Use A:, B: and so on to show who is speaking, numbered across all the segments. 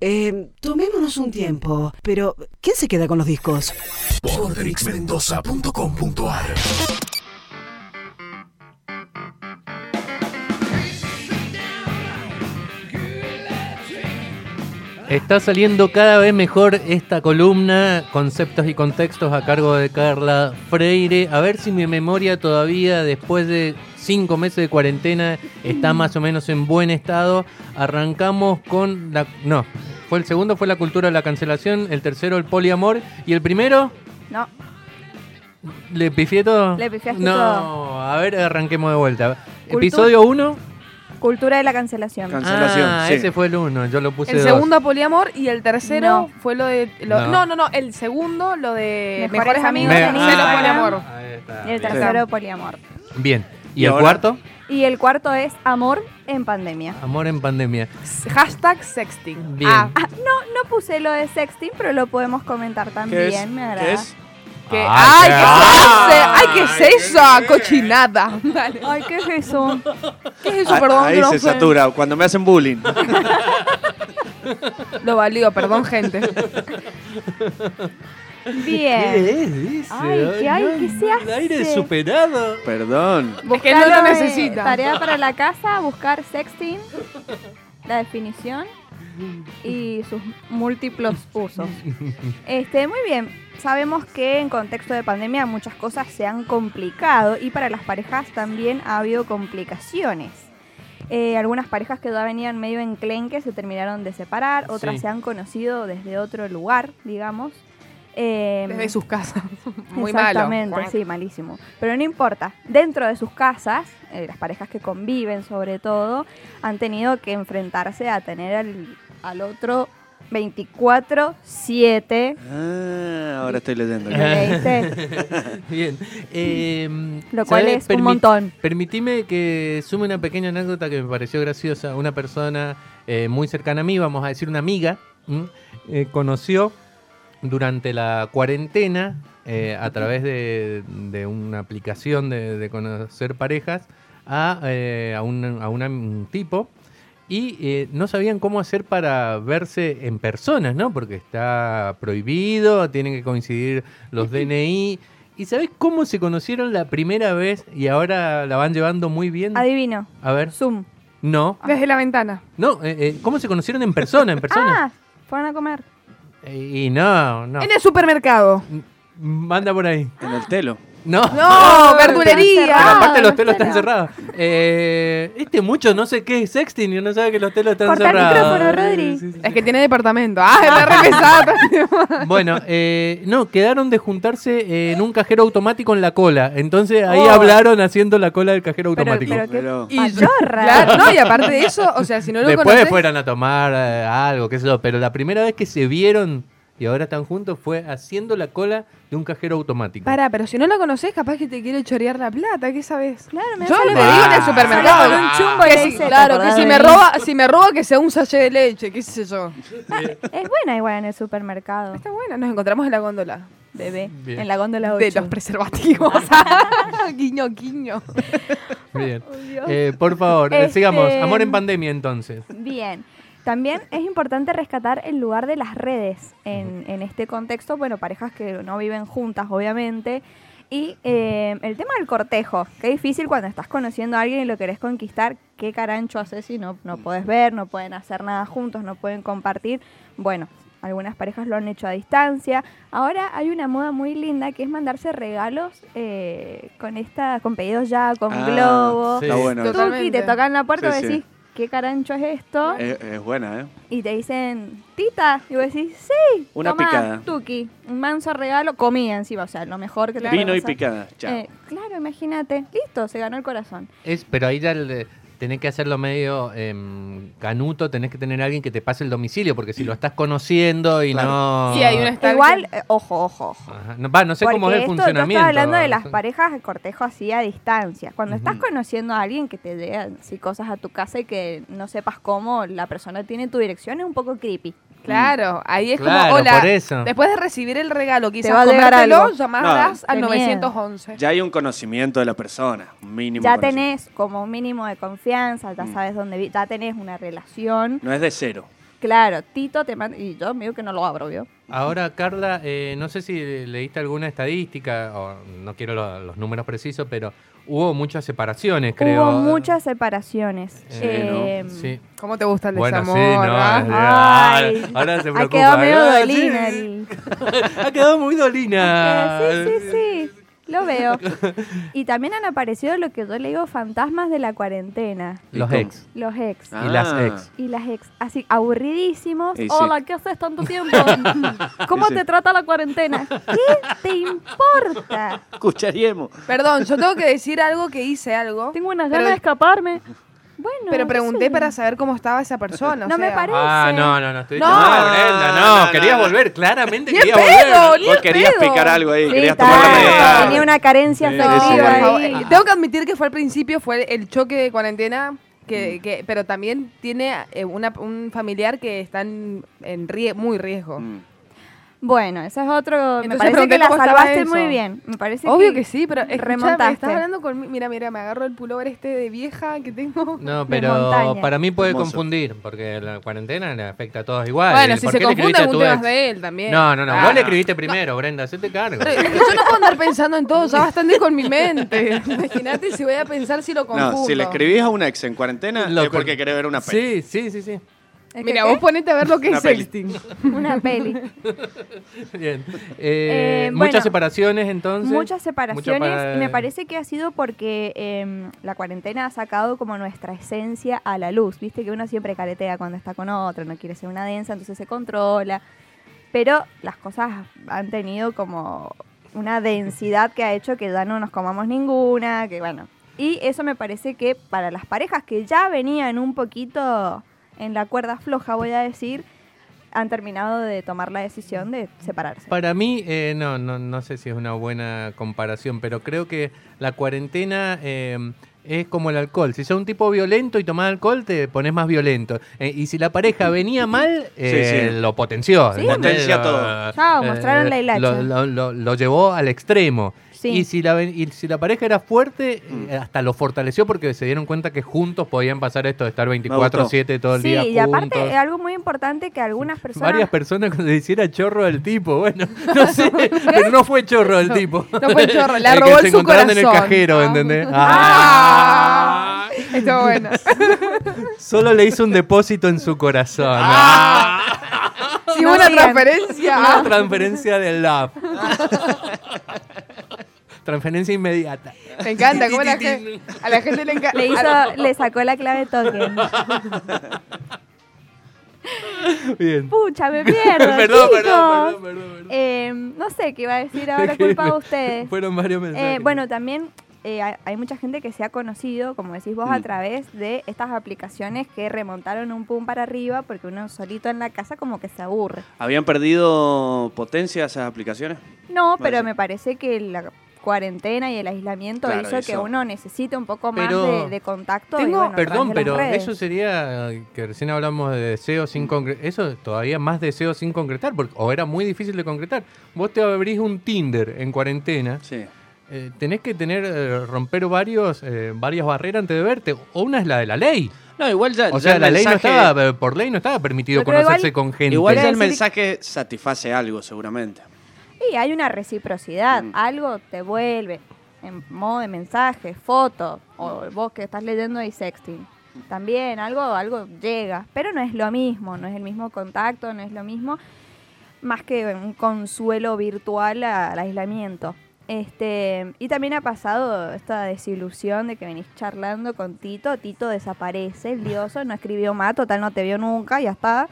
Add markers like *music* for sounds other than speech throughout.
A: Eh, tomémonos un tiempo, pero ¿quién se queda con los discos?
B: Podrixmendoza.com.ar
C: Está saliendo cada vez mejor esta columna, conceptos y contextos a cargo de Carla Freire. A ver si mi memoria todavía, después de cinco meses de cuarentena, está más o menos en buen estado. Arrancamos con la... No, fue el segundo, fue la cultura de la cancelación, el tercero el poliamor y el primero...
D: No,
C: ¿Le pifié todo?
D: Le pifiaste
C: no,
D: todo.
C: a ver, arranquemos de vuelta.
D: Cultu-
C: Episodio 1.
D: cultura de la cancelación.
E: Can- Cancelación,
C: Ah,
E: sí.
C: ese fue el 1, yo lo puse
F: El
C: dos.
F: segundo poliamor y el tercero
D: No.
F: fue lo de. lo-
C: No.
F: no. no, no, El segundo, lo de.
D: Mejores
F: Mejores,
D: amigos
F: amigos.
D: Me-
F: en Instagram.
D: Ah.
F: poliamor.
C: Ahí está,
E: Ah,
D: Y el
C: bien.
D: tercero, poliamor.
C: Bien. ¿Y,
E: Y
C: el
E: ahora-
C: cuarto?
D: Y el cuarto es amor en pandemia.
C: Amor en pandemia.
F: Hashtag sexting.
C: Bien.
F: Ah,
D: No puse lo de sexting, pero lo podemos comentar también.
E: ¿Qué es?
D: Me
E: ¿Qué
D: agrada.
E: es?
F: que-
C: Ay,
F: ¡Ay,
E: ay,
F: qué es eso! ¡Ay, qué es eso! ¡Cochinada! Dale.
D: Ay, ¿qué es eso?
F: ¿Qué es eso?
D: Ah,
F: Perdón,
E: Ah, ahí
F: que no
E: se
F: sé.
E: satura, cuando me hacen bullying.
F: Lo valido, perdón, gente.
D: Bien.
C: ¿Qué es? Dice,
D: Ay, ¿qué hay? ¿Qué se hace?
C: Aire superado.
E: Perdón.
F: Es que no lo
D: Buscalo, eh,
F: necesita.
D: Tarea para la casa, buscar sexting, la definición y sus múltiplos usos. Este, muy bien. Sabemos que en contexto de pandemia muchas cosas se han complicado y para las parejas también ha habido complicaciones. Eh, algunas parejas que ya venían medio enclenques se terminaron de separar, otras
C: Sí.
D: se han conocido desde otro lugar, digamos. Eh,
F: Desde sus casas. *laughs* Muy malo.
D: Exactamente, sí, malísimo. Pero no importa. Dentro de sus casas, eh, las parejas que conviven sobre todo, han tenido que enfrentarse a tener al, al otro 24-7.
E: Ah, ahora estoy leyendo.
D: ¿lo
C: Eh.
D: leíste?
C: *laughs* Bien. Eh,
D: Lo cual
C: ¿sabes?
D: es un
C: Permi-
D: montón.
C: Permitime que sume una pequeña anécdota que me pareció graciosa. Una persona eh, muy cercana a mí, vamos a decir una amiga, ¿m? Eh, conoció durante la cuarentena eh, a través de, de una aplicación de, de conocer parejas a, eh, a un, a un tipo y eh, no sabían cómo hacer para verse en personas, ¿no? Porque está prohibido, tienen que coincidir los DNI. ¿Y sabes cómo se conocieron la primera vez y ahora la van llevando muy bien?
D: Adivino.
C: A ver,
D: Zoom.
C: no,
F: Desde la ventana.
C: no, eh, eh, ¿cómo se conocieron en persona, en persona?
D: Ah, fueron a comer.
C: Eh, Y no, no.
F: En el supermercado.
C: Manda por ahí.
E: En el telo.
C: No. Pero
F: ¡No! ¡Verdulería!
C: aparte
D: Ah,
C: los telos
D: espera.
C: están cerrados. Eh, este mucho no sé qué es sexting y no sabe que los telos están
D: Corta el
C: cerrados.
D: micrófono, Rodri.
C: Sí, sí, sí.
F: Es que tiene departamento. ¡Ah! Está re *laughs* pesado.
C: Bueno, eh, no, quedaron de juntarse eh, en un cajero automático en la cola. Entonces ahí
D: Oh.
C: hablaron haciendo la cola del cajero
D: Pero-
C: automático.
D: pero- qué
E: Pero,
C: Y-
D: Pachorra.
F: Claro, no, y aparte de eso, o sea, si no lo
C: Después
F: conoces,
C: fueron a tomar eh, algo, qué sé yo. Pero la primera vez que se vieron y ahora están juntos fue haciendo la cola de un cajero automático.
F: Pará, pero si no lo conoces, capaz que te quiere chorear la plata, ¿qué sabes?
D: Claro, me
F: Yo
D: hace
F: le
D: acordar.
F: digo en el
D: Solo con
F: supermercado.
D: Ah. un chumbo y
F: Que
D: le
F: si-
D: dice,
F: claro,
D: ¿te
F: que
D: acordás
F: si
D: de
F: me
D: mí?
F: roba, si me roba que sea un sachet de leche, qué sé yo.
D: Es buena igual en el supermercado.
F: Está bueno, nos encontramos en la góndola
D: Bebé.
C: Bien.
D: En la góndola 8.
F: de los
D: *laughs*
F: preservativos. guiño, guiño.
C: Bien.
D: Oh, Dios.
C: Eh, por favor,
D: Este-
C: sigamos. Amor en pandemia entonces.
D: Bien. También es importante rescatar el lugar de las redes en, en este contexto. Bueno, parejas que no viven juntas, obviamente. Y eh, el tema del cortejo. Qué difícil cuando estás conociendo a alguien y lo querés conquistar. Qué carancho haces si no, no podés ver, no pueden hacer nada juntos, no pueden compartir. Bueno, algunas parejas lo han hecho a distancia. Ahora hay una moda muy linda que es mandarse regalos eh, con esta, con pedidos ya, con
E: Ah,
D: globos.
C: sí.
E: está bueno.
F: Total.
D: Tuki, te
F: Totalmente.
D: tocan la puerta
E: Sí,
D: y
E: sí.
D: decís, ¿qué carancho es esto?
E: Es, es buena, ¿eh?
D: Y te dicen, tita. Y vos decís, sí.
E: Una
D: tomá,
E: picada.
D: Tuki. Un manso regalo, comida encima. O sea, lo mejor que te
E: Vino
D: puede
E: y
D: pasar.
E: picada. Chao.
D: Eh, claro, imagínate. Listo, se ganó el corazón.
C: Es, pero ahí ya le- tenés que hacerlo medio em, canuto, tenés que tener a alguien que te pase el domicilio, porque si lo estás conociendo y no...
F: Sí, hay una está
D: Igual, eh, ojo, ojo, ojo.
C: Ajá. No, va, no sé cómo es
D: Porque
C: el
D: esto, yo
C: funcionamiento.
D: estaba hablando de las parejas de cortejo así a distancia. Cuando estás
C: Ujú.
D: conociendo a alguien que te dé así cosas a tu casa y que no sepas cómo la persona tiene tu dirección, es un poco creepy.
F: Claro, ahí es
C: Claro,
F: como, hola.
C: por eso.
F: Después de recibir el regalo,
D: va a
F: quizás
D: llegar
F: comértelo,
D: algo.
F: llamarás al
D: Qué miedo.
F: 911.
E: Ya hay un conocimiento de la persona, un mínimo.
D: Ya
E: conocimiento.
D: tenés como un mínimo de confianza, ya
E: Mm.
D: sabes dónde vi- ya tenés una relación.
E: No es de cero.
D: Claro, Tito te manda. Y yo medio que no lo abro, ¿vio?
C: Ahora, Carla, eh, no sé si leíste alguna estadística, o no quiero lo- los números precisos, pero hubo muchas separaciones, creo.
D: Hubo muchas separaciones.
C: Sí,
E: ¿no?
D: Em, *laughs*
C: Sí.
F: ¿Cómo te gusta el
C: Bueno, sí,
F: desamor?
C: no.
F: ah?
C: es-
D: Ay.
C: ah, ahora se
D: Ha
C: preocupa.
D: quedado medio
C: Ah,
D: dolina.
C: sí. *laughs*
D: el-
C: Ha quedado muy dolina.
D: Eh, sí, sí, sí. Lo veo. Y también han aparecido lo que yo le digo fantasmas de la cuarentena.
C: Los ex.
D: Los ex.
E: Ah.
C: Y las ex.
D: Y las ex, así, aburridísimos.
E: Y sí.
D: Hola, ¿qué haces tanto
E: *laughs*
D: tiempo? ¿Cómo
E: Y sí.
D: te trata la cuarentena? ¿Qué te importa?
E: Escucharíamos.
F: Perdón, yo tengo que decir algo que hice algo.
D: *laughs* Tengo unas
F: Pero-
D: ganas de escaparme. Bueno.
F: Pero pregunté
D: no sé.
F: para saber cómo estaba esa persona. o
D: No me
F: sea.
D: parece.
C: Ah, no, no, no. Estuviste
F: No.
C: mal, Brenda. No,
E: No, no,
C: querías
E: no.
C: volver. Claramente
F: Ni en
C: querías
F: pedo,
C: volver.
F: ni
E: Vos
F: en
E: querías
F: pedo.
E: picar algo ahí,
D: Sí,
E: querías
D: está.
E: tomar la
F: medida.
D: Tenía
E: medida.
D: una carencia
E: Sí, sí,
F: Sí,
D: afectiva
F: por
D: ahí.
F: favor. Eh, Tengo que admitir que fue al principio, fue el choque de cuarentena,
C: Mm.
F: que, que- pero también tiene eh, una- un familiar que está en, en rie- muy riesgo.
E: Mm.
D: Bueno, ese es otro.
F: Entonces
D: me parece
F: pregunté
D: que la
F: cómo estaba
D: salvaste
F: eso.
D: muy bien. Me parece
F: Obvio que sí, pero escuchame,
D: remontaste.
F: estás hablando con... Mira, mira, me agarro el pullover este de vieja que tengo.
C: No,
D: De
C: pero
D: montaña.
C: para mí puede
E: Hermoso.
C: confundir, porque la cuarentena le afecta a todos igual.
F: bueno,
C: ¿Y
F: si
C: por
F: se
C: qué le
F: confunde
C: escribiste a
F: algún
C: tu
F: tema es
C: ex?
F: de él también.
C: No, no, no.
F: Ah,
C: vos le escribiste primero, Brenda. Hacete cargo.
F: pero es que yo no puedo andar pensando en todo, ya bastante con mi mente. Imagínate si voy a pensar si lo confundo.
E: No, si le escribís a una ex en cuarentena
C: Lo
E: es porque
C: con-
E: querés ver una
C: Sí,
E: peli.
C: sí, sí, *laughs* sí.
D: ¿Es que
F: Mira,
D: qué?
F: vos ponete a ver lo que
E: Una
F: es
E: peli.
F: sexting.
D: Una peli.
C: Bien. Eh,
D: Eh,
C: muchas
D: bueno.
C: separaciones entonces.
D: Muchas separaciones
C: Mucha pa-
D: y me parece que ha sido porque em, la cuarentena ha sacado como nuestra esencia a la luz. Viste que uno siempre caretea cuando está con otro, no quiere ser una densa, entonces se controla. Pero las cosas han tenido como una densidad que ha hecho que ya no nos comamos ninguna, que bueno. Y eso me parece que para las parejas que ya venían un poquito en la cuerda floja, voy a decir, han terminado de tomar la decisión de separarse.
C: Para mí, eh, no, no, no sé si es una buena comparación, pero creo que la cuarentena eh, es como el alcohol. Si sos un tipo violento y tomás alcohol, te pones más violento. Eh, y si la
E: *laughs*
C: pareja venía mal, eh,
E: sí.
C: lo potenció.
D: Sí.
C: ¿entendés?
E: Potencia
C: Lo-
E: todo.
D: Chao, mostraron la hilacha.
C: Lo, lo- lo- lo llevó al extremo.
D: Sí.
C: Y, si la, ven- y si la pareja era fuerte, eh, hasta lo fortaleció porque se dieron cuenta que juntos podían pasar esto de estar 24-7 todo el
D: sí,
C: día
D: y aparte
C: juntos.
D: eh, algo muy importante que algunas
C: *laughs*
D: personas...
C: Varias personas cuando se hiciera chorro el tipo, bueno, no sé, pero no fue chorro el tipo.
F: No fue el chorro, la
C: El que
F: robó
C: se
F: en su
C: encontraron
F: corazón.
C: en el cajero, ¿entendés?
F: Ah.
C: Ah.
F: Está bueno.
C: Solo le hizo un depósito en su corazón.
D: *laughs*
F: Si
D: No
F: hubo una
D: sigan.
F: transferencia.
C: Ah. Transferencia del lab. Transferencia inmediata.
F: Me encanta, cómo la gente, a la gente le encanta.
D: Le, hizo, le sacó la clave token.
C: Bien. *laughs*
D: Pucha, me pierdo.
C: Perdón, perdón,
D: chicos.
C: perdón, perdón, perdón.
D: Eh, no sé qué iba a
C: *laughs*
D: decir ahora, culpa de ustedes.
C: Fueron varios
D: Eh,
C: mensajes.
D: bueno, también eh, hay- hay mucha gente que se ha conocido, como decís vos, a
E: Mm.
D: través de estas aplicaciones que remontaron un pum para arriba porque uno solito en la casa como que se aburre.
E: ¿Habían perdido potencia esas aplicaciones?
D: No, pero
E: sí.
D: me parece que la cuarentena y el aislamiento
E: Claro,
D: hizo que
E: eso.
D: uno necesita un poco más
C: Pero-
D: de, de contacto. y
F: Tengo-
D: bueno, a través
C: Perdón,
D: de las
C: pero
D: redes.
C: eso sería eh, que recién hablamos de deseo sin concretar. Eso es todavía más deseo sin concretar, porque o era muy difícil de concretar. Vos te abrís un Tinder en cuarentena,
E: Sí.
C: eh, tenés que tener eh, romper varios eh, varias barreras antes de verte. O una es la de la ley.
E: No, igual ya.
C: O
E: ya
C: sea,
E: el
C: la ley no
E: mensaje-
C: estaba, eh, por ley no estaba permitido
D: Pero igual-
C: conocerse con gente.
E: Igual ya el
D: Quiero decir-
E: mensaje satisface algo, seguramente.
D: Y hay una reciprocidad,
F: Mm.
D: algo te vuelve en modo de mensaje, foto, o vos que estás leyendo y sexting. También algo, algo llega, pero no es lo mismo, no es el mismo contacto, no es lo mismo, más que un consuelo virtual a- al aislamiento. Este, y también ha pasado esta desilusión de que venís charlando con Tito, Tito desaparece, el dioso, no escribió más, total no te vio nunca, ya está. Eh,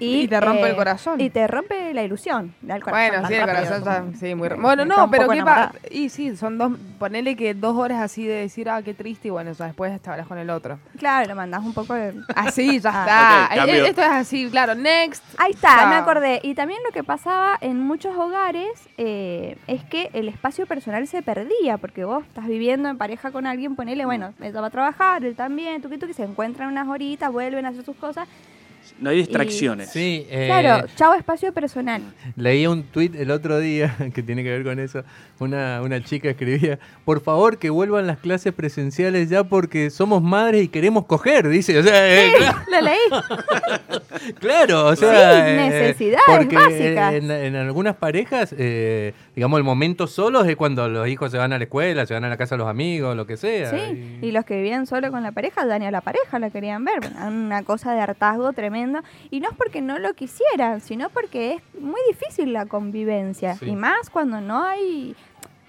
D: Y,
F: *laughs* Y te rompe el corazón.
D: Y te rompe la ilusión. da el corazón
F: Bueno,
D: tan
F: sí, el
D: rápido,
F: corazón
D: como-
F: está- sí, muy
D: me-
F: Bueno,
D: me está
F: no,
D: un
F: pero
D: poco
F: ¿qué pasa?
D: enamorada.
F: Y sí, son dos, ponele que dos horas así de decir, ah, qué triste, y bueno, ya después te hablas con el otro.
D: Claro, lo mandás un poco de...
F: Así, ya
E: Ah,
F: está.
E: ok,
F: Eh,
E: cambio.
F: eh, Esto es así, claro, next.
D: Ahí está,
F: Chao.
D: me acordé. Y también lo que pasaba en muchos hogares eh, es que el espacio personal se perdía, porque vos estás viviendo en pareja con
F: Mm.
D: alguien, ponele, bueno, él va a trabajar, él también, tú que tú que se encuentran unas horitas, vuelven a hacer sus cosas,
E: No hay distracciones.
C: Sí, eh,
D: Claro, chao espacio personal.
C: Leía un tuit el otro día *laughs* que tiene que ver con eso. Una, una chica escribía, por favor que vuelvan las clases presenciales ya porque somos madres y queremos coger, dice. O sea, eh, cla-
D: Lo leí.
C: claro, o
D: Sí,
C: sea... eh,
D: necesidades
C: porque
D: básicas.
C: En, en algunas parejas, eh, digamos, el momento solos es cuando los hijos se van a la escuela, se van a la casa de los amigos, lo que sea.
D: Sí,
C: Y-
D: y los que vivían solo con la pareja, Dani a la pareja la querían ver. Bueno, Una cosa de hartazgo tremendo. Y no es porque no lo quisieran, sino porque es muy difícil la convivencia.
C: Sí.
D: Y más cuando no hay,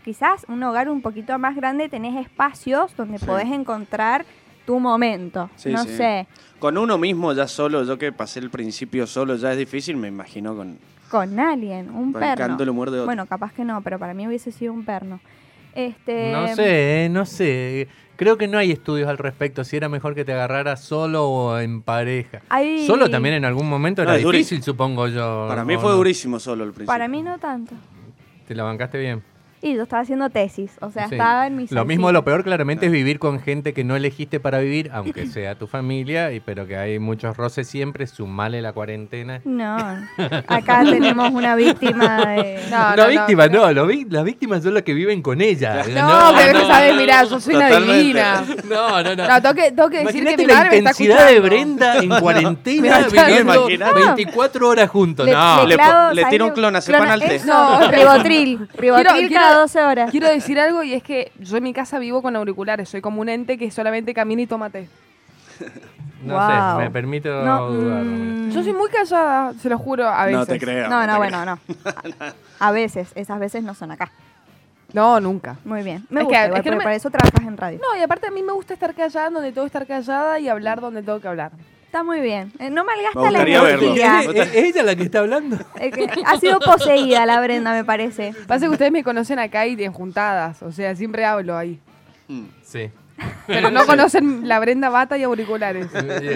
D: quizás un hogar un poquito más grande, tenés espacios donde
E: Sí.
D: podés encontrar tu momento.
E: Sí,
D: no
E: sí.
D: sé,
E: Con uno mismo ya solo, yo que pasé el principio solo ya es difícil, me imagino con...
D: con alguien, un perno.
E: Bancando el humor de otro.
D: Bueno, capaz que no, pero para mí hubiese sido un perno. Este,
C: No sé, eh, no sé. Creo que no hay estudios al respecto, si era mejor que te agarraras solo o en pareja.
D: hay-
C: Solo también en algún momento
E: No,
C: era
E: es duri-
C: difícil, supongo yo.
E: Para mí
C: ¿o
E: fue
C: no?
E: durísimo solo el principio.
D: Para mí no tanto.
C: Te la bancaste bien.
D: Y yo estaba haciendo tesis, o sea,
C: Sí.
D: estaba en mi
C: Lo mismo,
D: salsita.
C: lo peor claramente es vivir con gente que no elegiste para vivir, aunque *laughs* sea tu familia, y pero que hay muchos roces siempre, sumale la cuarentena.
D: No, acá tenemos una víctima de...
F: No,
C: la
F: no,
C: víctima,
F: no.
C: no, lo vi- las víctimas son las que viven con ella.
F: No, pero no sabes, mirá, yo soy una
E: Totalmente.
F: divina.
C: No, no, no.
F: No, tengo
D: *laughs*
F: que, tengo que decir que
C: Imagínate
F: mi
C: la
F: madre me está
C: intensidad de
F: escuchando.
C: Brenda en cuarentena
E: no,
C: viviendo
E: imagínate.
C: 24 horas juntos.
D: Le-
C: no,
E: le,
D: clavo,
E: po- le
D: ¿sabes
E: tiro un
D: qué?
E: clonazepam
D: Clona-
E: al té.
D: eh, No, ribotril, ribotril
F: quiero-
D: cada 12 horas.
F: Quiero decir algo y es que yo en mi casa vivo con auriculares, soy como un ente que solamente camina y toma té.
C: no
D: Wow.
C: sé, me permito
D: No,
C: dudar.
D: mm,
F: Yo soy muy callada, se lo juro, a veces.
E: No te creo.
D: No,
E: te
D: no,
E: creo.
D: bueno, no. A, a veces, esas veces no son acá.
F: No, nunca.
D: Muy bien. Me
F: Es que-
D: gusta,
F: es
D: igual,
F: que no
D: porque
F: me-
D: para eso trabajas en radio.
F: No, y aparte a mí me gusta estar callada donde tengo que estar callada y hablar donde tengo que hablar.
D: Está muy bien. Eh, no malgasta
E: Me
D: la
E: gustaría verlo.
D: energía.
E: verlo.
C: ¿Es, es ella la que está hablando?
D: Eh, que ha sido poseída la Brenda, me parece.
F: Pasa que ustedes me conocen acá y en juntadas, o sea, siempre hablo ahí.
E: Mm.
C: Sí.
F: Pero no conocen la Brenda Bata y auriculares.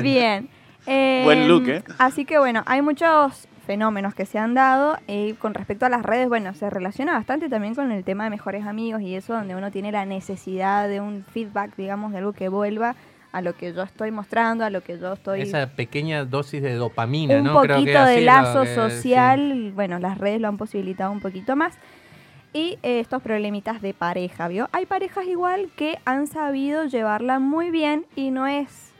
D: Bien. Eh,
E: Buen look, ¿eh?
D: Así que bueno, hay muchos fenómenos que se han dado y con respecto a las redes, bueno, se relaciona bastante también con el tema de mejores amigos y eso donde uno tiene la necesidad de un feedback, digamos, de algo que vuelva a lo que yo estoy mostrando, a lo que yo estoy...
C: Esa pequeña dosis de dopamina,
D: un
C: ¿no? Creo que
D: poquito
C: así
D: de
C: lo
D: lazo
C: que-
D: social, bueno, las redes lo han posibilitado un poquito más. Y eh, estos problemitas de pareja, ¿vio? Hay parejas igual que han sabido llevarla muy bien y no es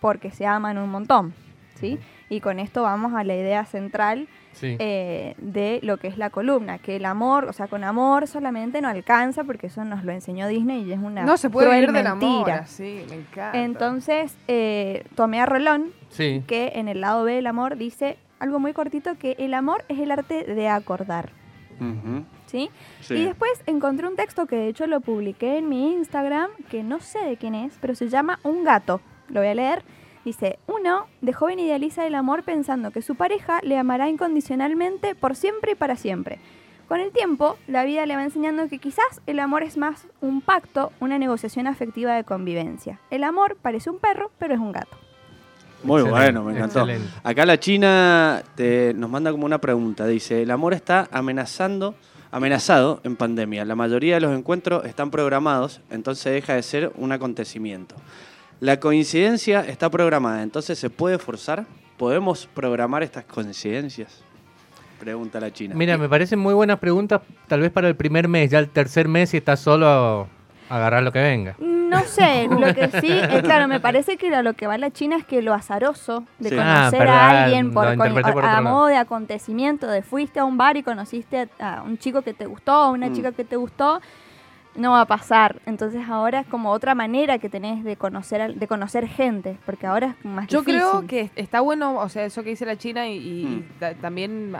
D: porque se aman un montón, ¿sí? Y con esto vamos a la idea central
C: sí, sí.
D: eh, de lo que es la columna, que el amor, o sea, con amor solamente no alcanza porque eso nos lo enseñó Disney y es una
F: No se puede
D: cruel
F: vivir del amor,
D: mentira.
F: así, me encanta.
D: Entonces, eh, tomé a Rolón,
C: Sí.
D: que en el lado B del amor dice algo muy cortito que el amor es el arte de acordar,
E: Ujú,
D: ¿sí?
E: sí.
D: Y después encontré un texto que de hecho lo publiqué en mi Instagram, que no sé de quién es, pero se llama Un gato. Lo voy a leer. Dice, uno de joven idealiza el amor pensando que su pareja le amará incondicionalmente por siempre y para siempre. Con el tiempo, la vida le va enseñando que quizás el amor es más un pacto, una negociación afectiva de convivencia. El amor parece un perro, pero es un gato.
E: Muy
C: Excelente,
E: bueno, me encantó.
C: excelente.
E: Acá la China te- nos manda como una pregunta. Dice, el amor está amenazando, amenazado en pandemia. La mayoría de los encuentros están programados, entonces deja de ser un acontecimiento. La coincidencia está programada, entonces se puede forzar. ¿Podemos programar estas coincidencias? Pregunta la China.
C: Mira, me parecen muy buenas preguntas, tal vez para el primer mes, ya el tercer mes si estás solo, agarrar lo que venga.
D: No sé, lo que sí, eh, claro, me parece que a lo que va la China es que lo azaroso de
E: Sí.
D: conocer
C: Ah,
D: a
C: perdón,
D: alguien por,
C: lo
D: con-
C: interpreté por
D: a,
C: otro lado.
D: modo de acontecimiento, de fuiste a un bar y conociste a, a un chico que te gustó, a una
E: Mm.
D: chica que te gustó, no va a pasar. Entonces ahora es como otra manera que tenés de conocer al- de conocer gente, porque ahora es más
F: Yo
D: difícil.
F: creo que está bueno, o sea, eso que dice la China y, y-
E: Mm.
F: y ta- también,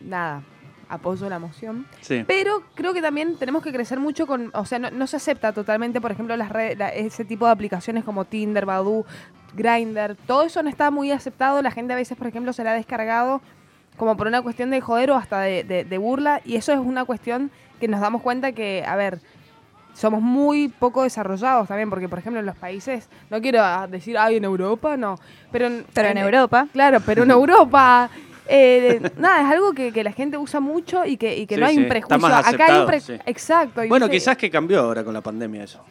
F: nada, apoyo la moción.
E: Sí.
F: Pero creo que también tenemos que crecer mucho con, o sea, no, no se acepta totalmente, por ejemplo, las redes, la- ese tipo de aplicaciones como Tinder, Badoo, Grindr, todo eso no está muy aceptado, la gente a veces, por ejemplo, se la ha descargado como por una cuestión de joder o hasta de, de- de burla, y eso es una cuestión que nos damos cuenta que, a ver, somos muy poco desarrollados también, porque, por ejemplo, en los países, no quiero ah, decir, ay, en Europa, no, pero en,
D: Pero en Europa,
F: Claro, pero en
D: *laughs*
F: Europa. eh, nada, es algo que, que la gente usa mucho y que, y que
E: Sí,
F: no hay
E: sí,
F: un
E: está
F: prejuicio.
E: más
F: Acá hay un
E: aceptado,
F: pre-
E: sí.
F: Exacto. y
E: Bueno,
F: dice-
E: quizás que cambió ahora con la pandemia eso.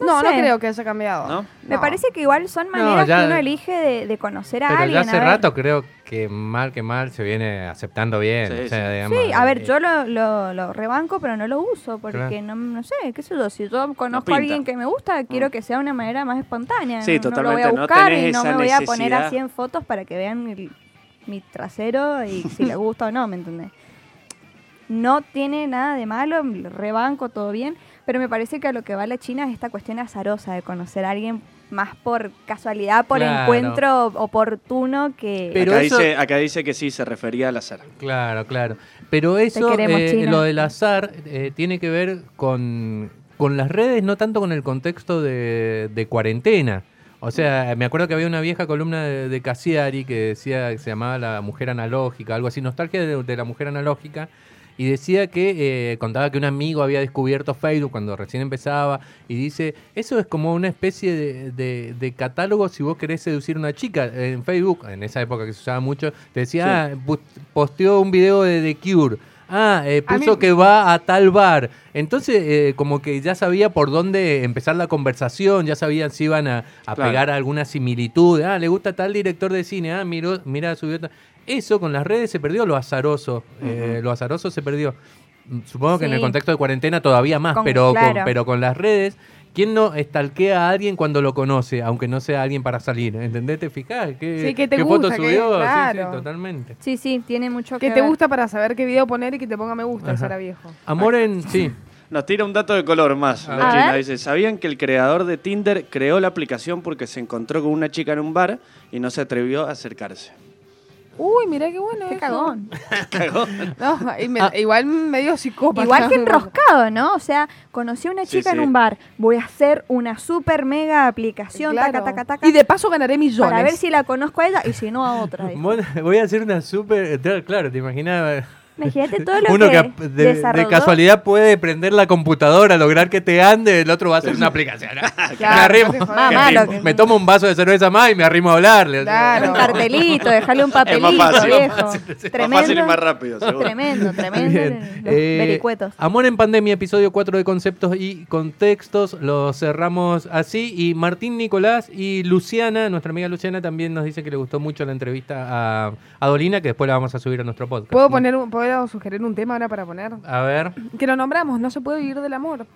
F: No, no,
D: sé.
F: creo que haya cambiado.
E: ¿no?
D: Me
F: No.
D: parece que igual son maneras
C: ya-
D: que uno elige de, de conocer a
C: Pero
D: alguien.
C: ya hace
D: a ver.
C: rato creo que mal que mal se viene aceptando bien.
E: Sí,
C: o sea,
E: sí.
C: digamos,
D: Sí, a ver,
C: eh,
D: yo lo, lo- lo rebanco, pero no lo uso, porque
C: Claro.
D: no, no sé, qué sé yo, si yo conozco
E: pinta. Mm.
D: a alguien que me gusta, quiero que sea de una manera más espontánea.
E: Sí,
D: no- no,
E: totalmente,
D: lo voy
E: no
D: a buscar
E: tenés
D: y no
E: esa
D: me voy a poner
E: necesidad.
D: así en fotos para que vean mi, mi trasero y si
E: *laughs*
D: le gusta o no, ¿me entendés? No tiene nada de malo, rebanco, todo bien, pero me parece que a lo que va la China es esta cuestión azarosa de conocer a alguien más por casualidad, por
C: Claro.
D: encuentro oportuno que...
C: Pero
E: acá,
C: eso-
E: dice, acá dice que sí, se refería al azar.
C: Claro, claro. Pero eso,
D: queremos,
C: eh,
D: China.
C: lo del azar, eh, tiene que ver con, con las redes, no tanto con el contexto de, de cuarentena. O sea, me acuerdo que había una vieja columna de, de Cassiari que decía que se llamaba La Mujer Analógica, algo así, nostalgia de, de la mujer analógica. Y decía que, eh, contaba que un amigo había descubierto Facebook cuando recién empezaba. Y dice, eso es como una especie de, de- de catálogo si vos querés seducir a una chica. En Facebook, en esa época que se usaba mucho, te decía,
E: Sí.
C: ah, bu- posteó un video de The Cure. Ah, eh,
F: A
C: puso
F: mí-
C: que va a tal bar. Entonces, eh, como que ya sabía por dónde empezar la conversación, ya sabían si iban a, a
E: Claro.
C: pegar alguna similitud. Ah, le gusta tal director de cine. Ah, miró, mira, subió. ta- Eso con las redes se perdió, lo azaroso. eh, lo azaroso se perdió. Mm, Supongo que en el
D: Sí.
C: contexto de cuarentena todavía más,
D: Con-
C: pero, con,
D: claro.
C: pero con las redes, ¿quién no estalquea a alguien cuando lo conoce, aunque no sea alguien para salir? ¿Entendés? ¿Te fijás? ¿Qué,
F: Sí, que te
C: qué foto
F: gusta, que-
C: subió? Sí, sí,
F: claro.
C: totalmente.
D: Sí, sí, tiene mucho que,
F: Que te
D: ver.
F: gusta para saber qué video poner y que te ponga me gusta,
C: Ajá.
F: será viejo.
C: Amor en. Sí.
E: Nos tira un dato de color más.
C: A
E: La China
D: ver.
E: dice, ¿sabían que el creador de Tinder creó la aplicación porque se encontró con una chica en un bar y no se atrevió a acercarse?
F: Uy, mirá qué Ah. bueno
D: Qué
F: eso.
D: cagón.
F: *laughs* No, y me- igual medio psicópata.
D: Igual que enroscado, ¿no? O sea, conocí a una
E: Sí,
D: chica en
E: sí.
D: un bar, voy a hacer una super mega aplicación,
F: *laughs* Claro.
D: taca, taca, taca,
F: Y de paso ganaré millones.
D: para ver si la conozco a ella y si no a
E: *laughs*
D: otra. dijo.
C: Bueno, *laughs* Voy a hacer una súper. te- Claro, te imaginaba.
D: Imagínate todo lo
C: Uno que
D: que,
C: ap- de, de
D: desarrolló.
C: casualidad puede prender la computadora, lograr que te ande, el otro va a hacer una aplicación.
D: *laughs*
C: me
F: Claro,
C: arrimo.
F: no te jodas.
D: Más
C: me
D: malo
C: arrimo.
D: que-
C: Me tomo un vaso de cerveza más y me arrimo a hablarle. o sea. *laughs*
F: Claro.
D: Un cartelito, dejarle un
E: Es
D: papelito,
E: más fácil, más *laughs*
D: viejo.
E: fácil.
D: Tremendo.
E: Más fácil y más rápido, seguro.
D: *laughs* Tremendo, tremendo.
C: Bien.
D: Los
C: Eh,
D: vericuetos.
C: Amor en pandemia, episodio 4 de conceptos y contextos. Lo cerramos así. Y Martín Nicolás y Luciana, nuestra amiga Luciana, también nos dice que le gustó mucho la entrevista a, a Dolina, que después la vamos a subir a nuestro podcast.
F: ¿Puedo, poner un- ¿Puedo sugerir un tema ahora para poner?
C: A ver.
F: Que lo nombramos, no se puede vivir del amor.